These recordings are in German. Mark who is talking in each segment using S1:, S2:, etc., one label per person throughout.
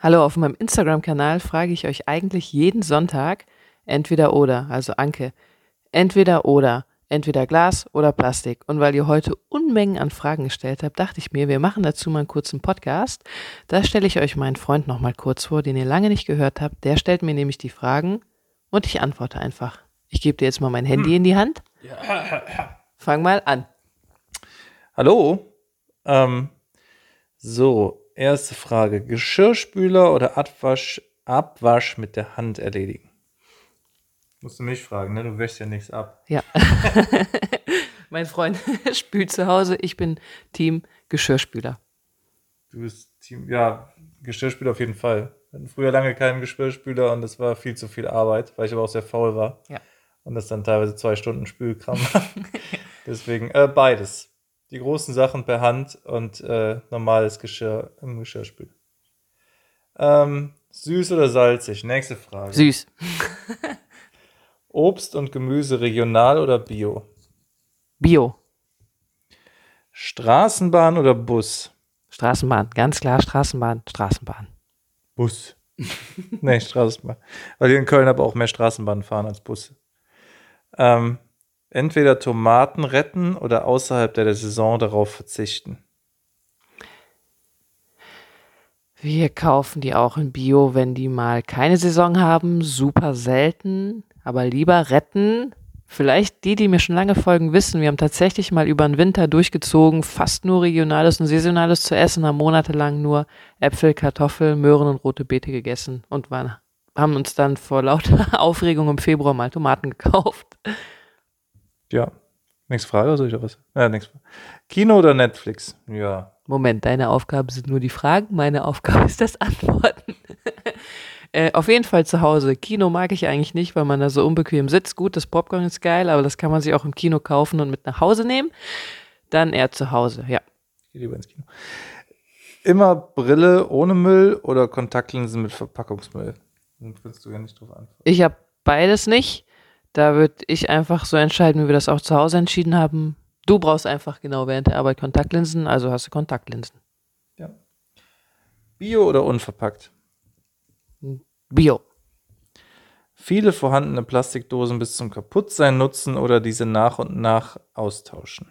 S1: Hallo, auf meinem Instagram-Kanal frage ich euch eigentlich jeden Sonntag entweder oder, also Anke, entweder oder, entweder Glas oder Plastik. Und weil ihr heute Unmengen an Fragen gestellt habt, dachte ich mir, wir machen dazu mal einen kurzen Podcast. Da stelle ich euch meinen Freund nochmal kurz vor, den ihr lange nicht gehört habt. Der stellt mir nämlich die Fragen und ich antworte einfach. Ich gebe dir jetzt mal mein Handy in die Hand. Fang mal an.
S2: Hallo. Ähm, so, erste Frage. Geschirrspüler oder Abwasch, Abwasch mit der Hand erledigen? Musst du mich fragen, ne? Du wäschst ja nichts ab.
S1: Ja. mein Freund spült zu Hause. Ich bin Team Geschirrspüler.
S2: Du bist Team, ja, Geschirrspüler auf jeden Fall. Wir hatten früher lange keinen Geschirrspüler und das war viel zu viel Arbeit, weil ich aber auch sehr faul war.
S1: Ja.
S2: Und das dann teilweise zwei Stunden Spülkram. Deswegen äh, beides. Die großen Sachen per Hand und äh, normales Geschirr im Geschirrspül. Ähm, süß oder salzig? Nächste Frage.
S1: Süß.
S2: Obst und Gemüse regional oder bio?
S1: Bio.
S2: Straßenbahn oder Bus?
S1: Straßenbahn. Ganz klar Straßenbahn. Straßenbahn.
S2: Bus. nee, Straßenbahn. Weil hier in Köln aber auch mehr Straßenbahnen fahren als Busse. Ähm, entweder Tomaten retten oder außerhalb der Saison darauf verzichten.
S1: Wir kaufen die auch in Bio, wenn die mal keine Saison haben. Super selten. Aber lieber retten. Vielleicht die, die mir schon lange folgen, wissen, wir haben tatsächlich mal über den Winter durchgezogen, fast nur regionales und saisonales zu essen, haben monatelang nur Äpfel, Kartoffeln, Möhren und rote Beete gegessen und waren, haben uns dann vor lauter Aufregung im Februar mal Tomaten gekauft.
S2: Ja. Nächste Frage, oder soll ich da was? Ja, nächste Frage. Kino oder Netflix? Ja.
S1: Moment, deine Aufgabe sind nur die Fragen, meine Aufgabe ist das Antworten. äh, auf jeden Fall zu Hause. Kino mag ich eigentlich nicht, weil man da so unbequem sitzt. Gut, das Popcorn ist geil, aber das kann man sich auch im Kino kaufen und mit nach Hause nehmen. Dann eher zu Hause, ja.
S2: Geh lieber ins Kino. Immer Brille ohne Müll oder Kontaktlinsen mit Verpackungsmüll? Dann kannst du ja nicht drauf antworten.
S1: Ich habe beides nicht. Da würde ich einfach so entscheiden, wie wir das auch zu Hause entschieden haben. Du brauchst einfach genau während der Arbeit Kontaktlinsen, also hast du Kontaktlinsen.
S2: Ja. Bio oder unverpackt?
S1: Bio.
S2: Viele vorhandene Plastikdosen bis zum Kaputtsein nutzen oder diese nach und nach austauschen.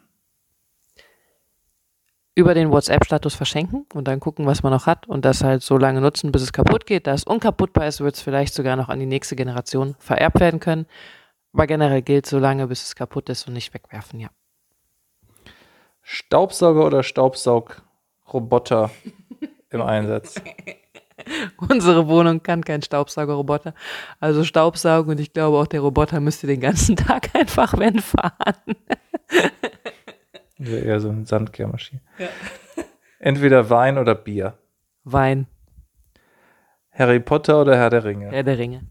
S1: über den WhatsApp-Status verschenken und dann gucken, was man noch hat und das halt so lange nutzen, bis es kaputt geht. Da es unkaputtbar ist, wird es vielleicht sogar noch an die nächste Generation vererbt werden können. Aber generell gilt so lange, bis es kaputt ist und nicht wegwerfen, ja.
S2: Staubsauger oder Staubsaugroboter im Einsatz?
S1: Unsere Wohnung kann kein Staubsaugerroboter. Also Staubsaugen und ich glaube auch der Roboter müsste den ganzen Tag einfach wenn fahren.
S2: Wäre Also eher so eine Sandkehrmaschine. Entweder Wein oder Bier.
S1: Wein,
S2: Harry Potter oder Herr der Ringe.
S1: Herr der Ringe.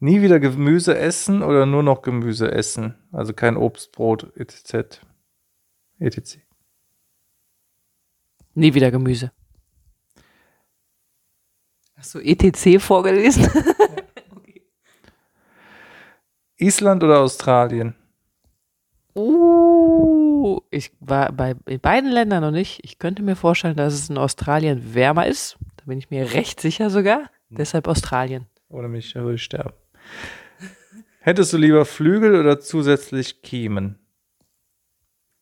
S2: Nie wieder Gemüse essen oder nur noch Gemüse essen. Also kein Obst, Brot, etc. etc.
S1: Nie wieder Gemüse. Hast du ETC vorgelesen?
S2: Island oder Australien?
S1: Uh, ich war bei in beiden Ländern noch nicht. Ich könnte mir vorstellen, dass es in Australien wärmer ist. Da bin ich mir recht sicher sogar. Deshalb Australien.
S2: Ohne mich würde ich sterben. Hättest du lieber Flügel oder zusätzlich Kiemen?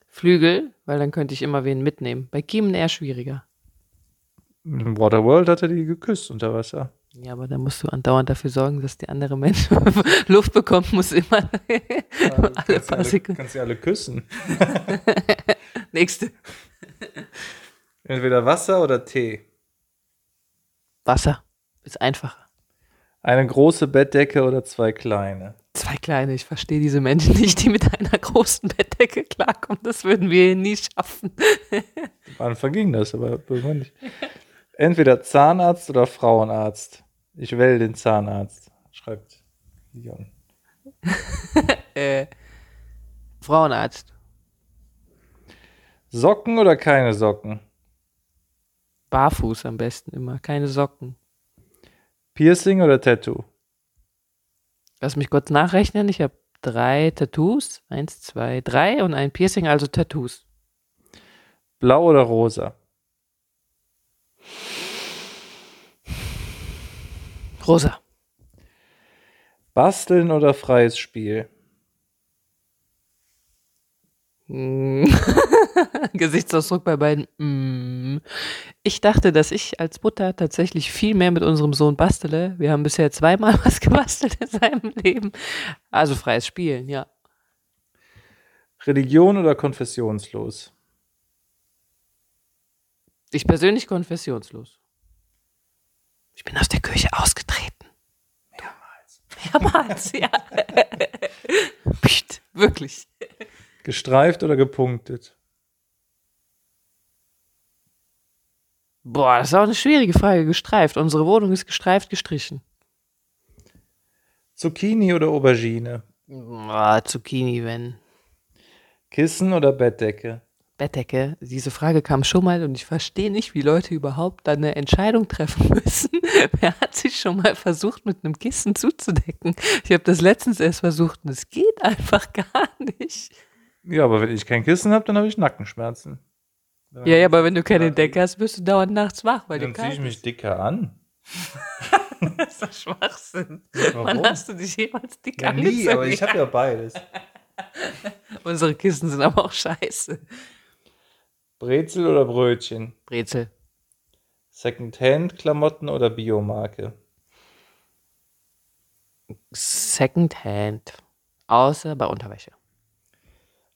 S1: Flügel, weil dann könnte ich immer wen mitnehmen. Bei Kiemen eher schwieriger.
S2: Im Waterworld hat er die geküsst unter Wasser.
S1: Ja, aber da musst du andauernd dafür sorgen, dass der andere Mensch Luft bekommt, muss immer alle paar Sekunden.
S2: kannst du alle küssen.
S1: Nächste.
S2: Entweder Wasser oder Tee.
S1: Wasser. Ist einfacher.
S2: Eine große Bettdecke oder zwei kleine.
S1: Zwei kleine, ich verstehe diese Menschen nicht, die mit einer großen Bettdecke klarkommen. Das würden wir hier nie schaffen.
S2: Am Anfang ging das, aber irgendwann nicht. Entweder Zahnarzt oder Frauenarzt. Ich wähle den Zahnarzt, schreibt Leon.
S1: Äh, Frauenarzt.
S2: Socken oder keine Socken?
S1: Barfuß am besten immer, keine Socken.
S2: Piercing oder Tattoo?
S1: Lass mich kurz nachrechnen. Ich habe drei Tattoos. Eins, zwei, drei und ein Piercing, also Tattoos.
S2: Blau oder rosa?
S1: Rosa.
S2: Basteln oder freies Spiel?
S1: Mm. Gesichtsausdruck bei beiden. Mm. Ich dachte, dass ich als Mutter tatsächlich viel mehr mit unserem Sohn bastele. Wir haben bisher zweimal was gebastelt in seinem Leben. Also freies Spielen, ja.
S2: Religion oder konfessionslos?
S1: Ich persönlich konfessionslos. Ich bin aus der Kirche ausgetreten.
S2: Mehrmals.
S1: Mehrmals, ja. Psst, wirklich.
S2: Gestreift oder gepunktet?
S1: Boah, das ist auch eine schwierige Frage. Gestreift. Unsere Wohnung ist gestreift gestrichen.
S2: Zucchini oder Aubergine?
S1: Boah, Zucchini, wenn.
S2: Kissen oder Bettdecke?
S1: Bettdecke. Diese Frage kam schon mal und ich verstehe nicht, wie Leute überhaupt dann eine Entscheidung treffen müssen. Wer hat sich schon mal versucht, mit einem Kissen zuzudecken? Ich habe das letztens erst versucht und es geht einfach gar nicht.
S2: Ja, aber wenn ich kein Kissen habe, dann habe ich Nackenschmerzen.
S1: Ja, ja, aber wenn du keine Decke hast, bist du dauernd nachts wach, weil
S2: Äh, Dann
S1: du
S2: ziehe ich
S1: kalt
S2: mich dicker an.
S1: Das ist doch Schwachsinn.
S2: Warum?
S1: Wann hast du dich jemals dick
S2: Ja,
S1: angezogen?
S2: nie, aber ich habe ja beides.
S1: Unsere Kissen sind aber auch scheiße.
S2: Brezel oder Brötchen?
S1: Brezel.
S2: Secondhand-Klamotten oder Biomarke?
S1: Secondhand. Außer bei Unterwäsche.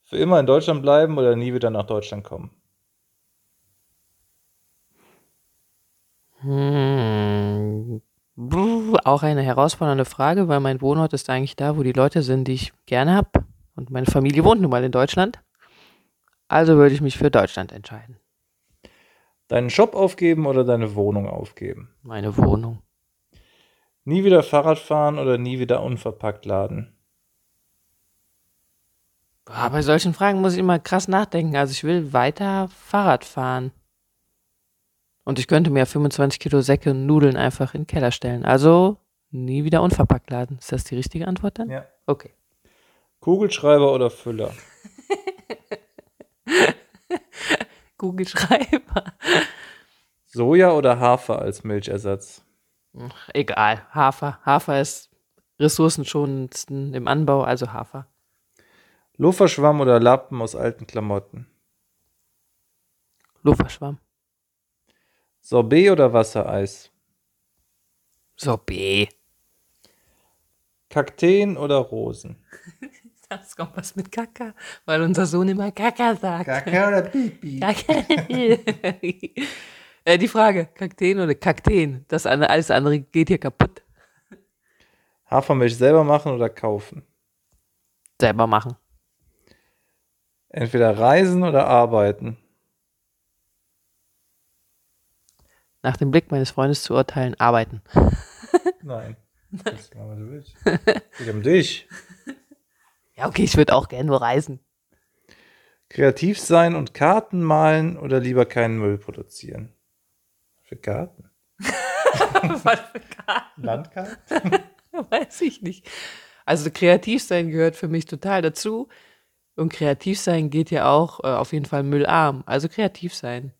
S2: Für immer in Deutschland bleiben oder nie wieder nach Deutschland kommen?
S1: Hm. Brr, Auch eine herausfordernde Frage, weil mein Wohnort ist eigentlich da, wo die Leute sind, die ich gerne habe. Und meine Familie wohnt nun mal in Deutschland. Also würde ich mich für Deutschland entscheiden.
S2: Deinen Shop aufgeben oder deine Wohnung aufgeben?
S1: Meine Wohnung.
S2: Nie wieder Fahrrad fahren oder nie wieder unverpackt laden?
S1: Ah, bei solchen Fragen muss ich immer krass nachdenken. Also ich will weiter Fahrrad fahren. Und ich könnte mir 25 Kilo Säcke und Nudeln einfach in den Keller stellen. Also nie wieder unverpackt laden. Ist das die richtige Antwort dann?
S2: Ja.
S1: Okay.
S2: Kugelschreiber oder Füller?
S1: Google Schreiber.
S2: Soja oder Hafer als Milchersatz?
S1: Ach, egal. Hafer. Hafer ist ressourcenschonendsten im Anbau, also Hafer.
S2: Lufferschwamm oder Lappen aus alten Klamotten?
S1: Loferschwamm.
S2: Sorbet oder Wassereis?
S1: Sorbet.
S2: Kakteen oder Rosen?
S1: Das kommt was mit Kaka, weil unser Sohn immer Kaka sagt.
S2: oder Pipi?
S1: Kaka. äh, die Frage, Kakteen oder Kakteen? Das andere, alles andere geht hier kaputt.
S2: Hafermilch selber machen oder kaufen?
S1: Selber machen.
S2: Entweder reisen oder arbeiten.
S1: Nach dem Blick meines Freundes zu urteilen, arbeiten.
S2: Nein. Kannst du machen, was du willst. Geht um dich.
S1: Ja, okay, ich würde auch gerne nur reisen.
S2: Kreativ sein und Karten malen oder lieber keinen Müll produzieren? Für Karten?
S1: was für Karten?
S2: Landkarten?
S1: Weiß ich nicht. Also kreativ sein gehört für mich total dazu. Und kreativ sein geht ja auch äh, auf jeden Fall müllarm. Also kreativ sein.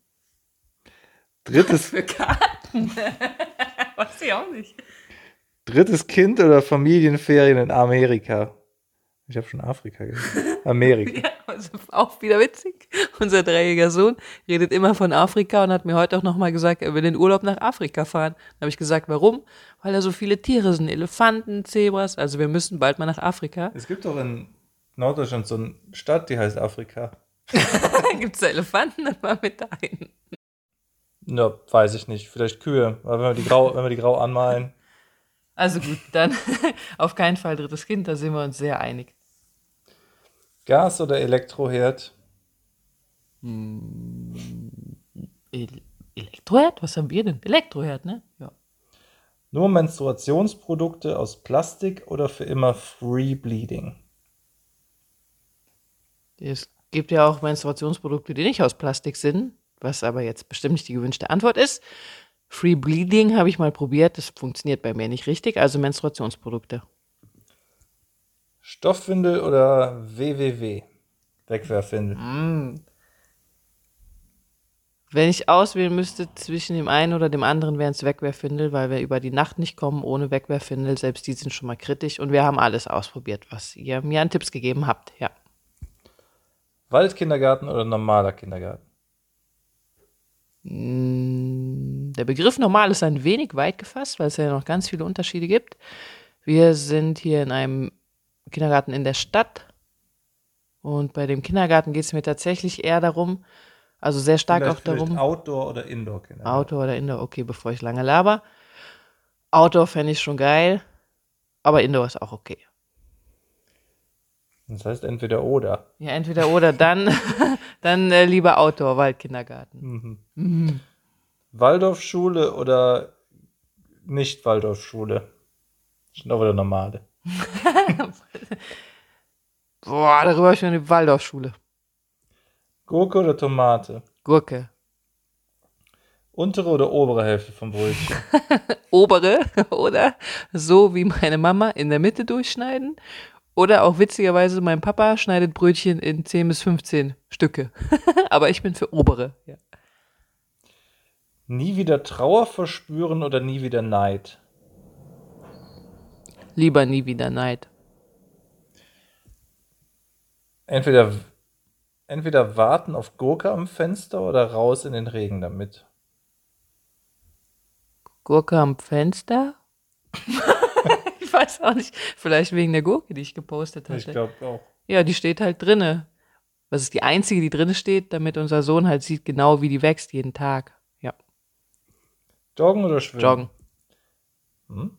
S2: Drittes,
S1: Für Karten. Weiß ich auch nicht.
S2: drittes Kind oder Familienferien in Amerika? Ich habe schon Afrika gesagt. Amerika.
S1: Ja, also auch wieder witzig. Unser dreijähriger Sohn redet immer von Afrika und hat mir heute auch nochmal gesagt, er will in Urlaub nach Afrika fahren. Dann habe ich gesagt, warum? Weil da so viele Tiere sind. Elefanten, Zebras. Also wir müssen bald mal nach Afrika.
S2: Es gibt doch in Norddeutschland so eine Stadt, die heißt Afrika.
S1: Da gibt es da Elefanten, dann mal mit dahin.
S2: Ja, weiß ich nicht. Vielleicht Kühe. Aber wenn wir die grau, wenn wir die grau anmalen.
S1: Also gut, dann auf keinen Fall drittes Kind, da sind wir uns sehr einig.
S2: Gas- oder Elektroherd?
S1: El Elektroherd? Was haben wir denn? Elektroherd, ne? Ja.
S2: Nur Menstruationsprodukte aus Plastik oder für immer Free Bleeding?
S1: Es gibt ja auch Menstruationsprodukte, die nicht aus Plastik sind, was aber jetzt bestimmt nicht die gewünschte Antwort ist. Free Bleeding habe ich mal probiert, das funktioniert bei mir nicht richtig, also Menstruationsprodukte.
S2: Stoffwindel Mhm. oder WWW? Wegwerfwindel.
S1: Wenn ich auswählen müsste zwischen dem einen oder dem anderen, wären es Wegwerfwindel, weil wir über die Nacht nicht kommen ohne Wegwerfwindel. Selbst die sind schon mal kritisch und wir haben alles ausprobiert, was ihr mir an Tipps gegeben habt. Ja.
S2: Waldkindergarten oder normaler Kindergarten?
S1: Mm, Der Begriff normal ist ein wenig weit gefasst, weil es ja noch ganz viele Unterschiede gibt. Wir sind hier in einem Kindergarten in der Stadt. Und bei dem Kindergarten geht es mir tatsächlich eher darum, also sehr stark auch
S2: Vielleicht- vielleicht
S1: darum.
S2: Outdoor oder Indoor Kindergarten?
S1: Outdoor oder Indoor, okay, bevor ich lange laber. Outdoor fände ich schon geil, aber Indoor ist auch okay.
S2: Das heißt entweder oder.
S1: Ja, entweder oder dann, dann äh, lieber Outdoor, Waldkindergarten.
S2: Mhm. Waldorfschule oder nicht Waldorfschule? Schon aber der normale.
S1: Boah, darüber habe ich mir eine Waldorfschule.
S2: Gurke oder Tomate?
S1: Gurke.
S2: Untere oder obere Hälfte vom Brötchen?
S1: Obere, oder? So wie meine Mama in der Mitte durchschneiden. Oder auch witzigerweise, mein Papa schneidet Brötchen in 10 bis 15 Stücke. aber ich bin für obere. Ja.
S2: nie wieder Trauer verspüren oder nie wieder Neid?
S1: Lieber nie wieder Neid.
S2: Entweder, entweder warten auf Gurke am Fenster oder raus in den Regen damit.
S1: Gurke am Fenster? ich weiß auch nicht. Vielleicht wegen der Gurke, die ich gepostet hatte.
S2: Ich glaube auch.
S1: ja, die steht halt drinne. Das ist die einzige, die drinne steht, damit unser Sohn halt sieht genau, wie die wächst jeden Tag. Ja,
S2: Joggen oder schwimmen?
S1: joggen.
S2: Hm?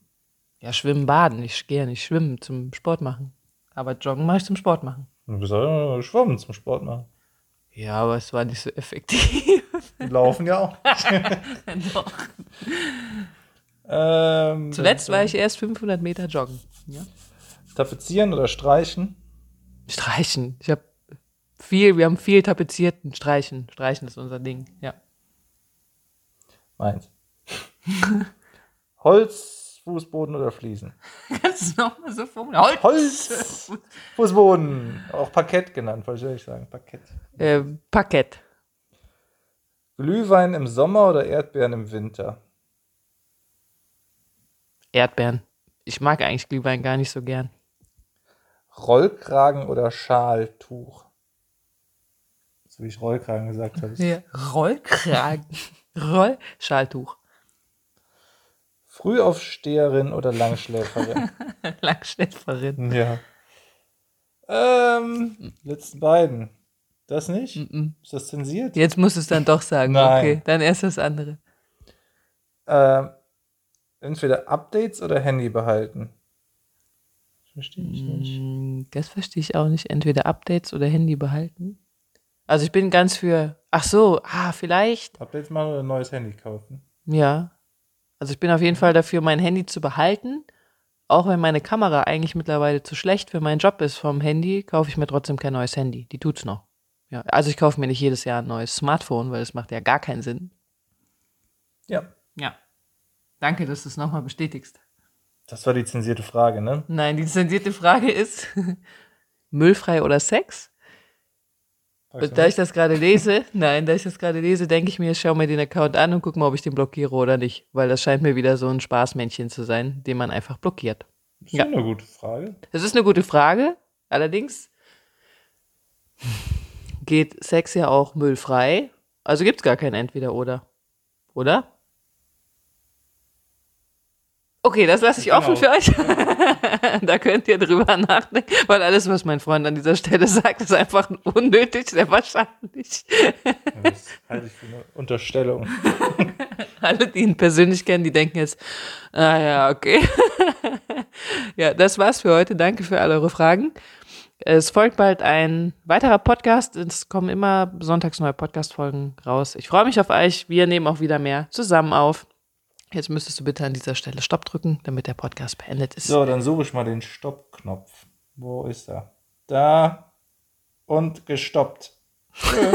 S1: Ja, schwimmen, baden. Ich gehe ja nicht schwimmen zum Sport machen. Aber joggen mache ich zum Sport machen.
S2: Du bist ja schwimmen zum Sport ne? machen.
S1: Ja, aber es war nicht so effektiv.
S2: Laufen ja auch.
S1: Doch.
S2: Ähm,
S1: Zuletzt war ich erst 500 Meter joggen. Ja.
S2: Tapezieren oder streichen?
S1: Streichen. Ich habe viel, wir haben viel tapezierten Streichen. Streichen ist unser Ding. Ja.
S2: Meins. Holz, Fußboden oder Fliesen?
S1: Kannst du es nochmal so formulieren? Holz.
S2: Holz, Fußboden. Auch Parkett genannt, wollte ich ehrlich sagen. Parkett.
S1: Äh, Parkett.
S2: Glühwein im Sommer oder Erdbeeren im Winter?
S1: Erdbeeren. Ich mag eigentlich Glühwein gar nicht so gern.
S2: Rollkragen oder Schaltuch? So wie ich Rollkragen gesagt habe.
S1: Rollkragen. Roll. Schaltuch.
S2: Frühaufsteherin oder Langschläferin?
S1: Langschläferin.
S2: ja. Ähm, letzten beiden. Das nicht?
S1: Mhm.
S2: Ist das zensiert?
S1: Jetzt musst du es dann doch sagen.
S2: Nein.
S1: Okay, dann erst das andere.
S2: Ähm, entweder Updates oder Handy behalten. Verstehe ich nicht.
S1: Mm, Das verstehe ich auch nicht. Entweder Updates oder Handy behalten. Also ich bin ganz für. Ach so, ah, vielleicht.
S2: Updates machen oder ein neues Handy kaufen?
S1: Ja. Also ich bin auf jeden Fall dafür, mein Handy zu behalten. Auch wenn meine Kamera eigentlich mittlerweile zu schlecht für meinen Job ist vom Handy, kaufe ich mir trotzdem kein neues Handy. Die tut's noch. Ja, also ich kaufe mir nicht jedes Jahr ein neues Smartphone, weil das macht ja gar keinen Sinn.
S2: Ja.
S1: Ja. Danke, dass du es nochmal bestätigst.
S2: Das war die zensierte Frage, ne?
S1: Nein, die zensierte Frage ist: Müllfrei oder Sex? Und da ich das gerade lese, nein, da ich das gerade lese, denke ich mir, ich schaue mir den Account an und gucke mal, ob ich den blockiere oder nicht. Weil das scheint mir wieder so ein Spaßmännchen zu sein, den man einfach blockiert.
S2: ist ja. eine gute Frage.
S1: Das ist eine gute Frage. Allerdings geht Sex ja auch müllfrei. Also gibt es gar kein Entweder-Oder. Oder? Okay, das lasse ich
S2: Genau.
S1: offen für euch. da könnt ihr drüber nachdenken, weil alles, was mein Freund an dieser Stelle sagt, ist einfach unnötig, sehr wahrscheinlich.
S2: Das halte ich für eine Unterstellung.
S1: Alle, die ihn persönlich kennen, die denken jetzt, ah ja, okay. ja, das war's für heute. Danke für all eure Fragen. Es folgt bald ein weiterer Podcast. Es kommen immer sonntags neue Podcast-Folgen raus. Ich freue mich auf euch. Wir nehmen auch wieder mehr zusammen auf. Jetzt müsstest du bitte an dieser Stelle Stopp drücken, damit der Podcast beendet ist.
S2: So, dann suche ich mal den Stoppknopf. Wo ist er? Da und gestoppt.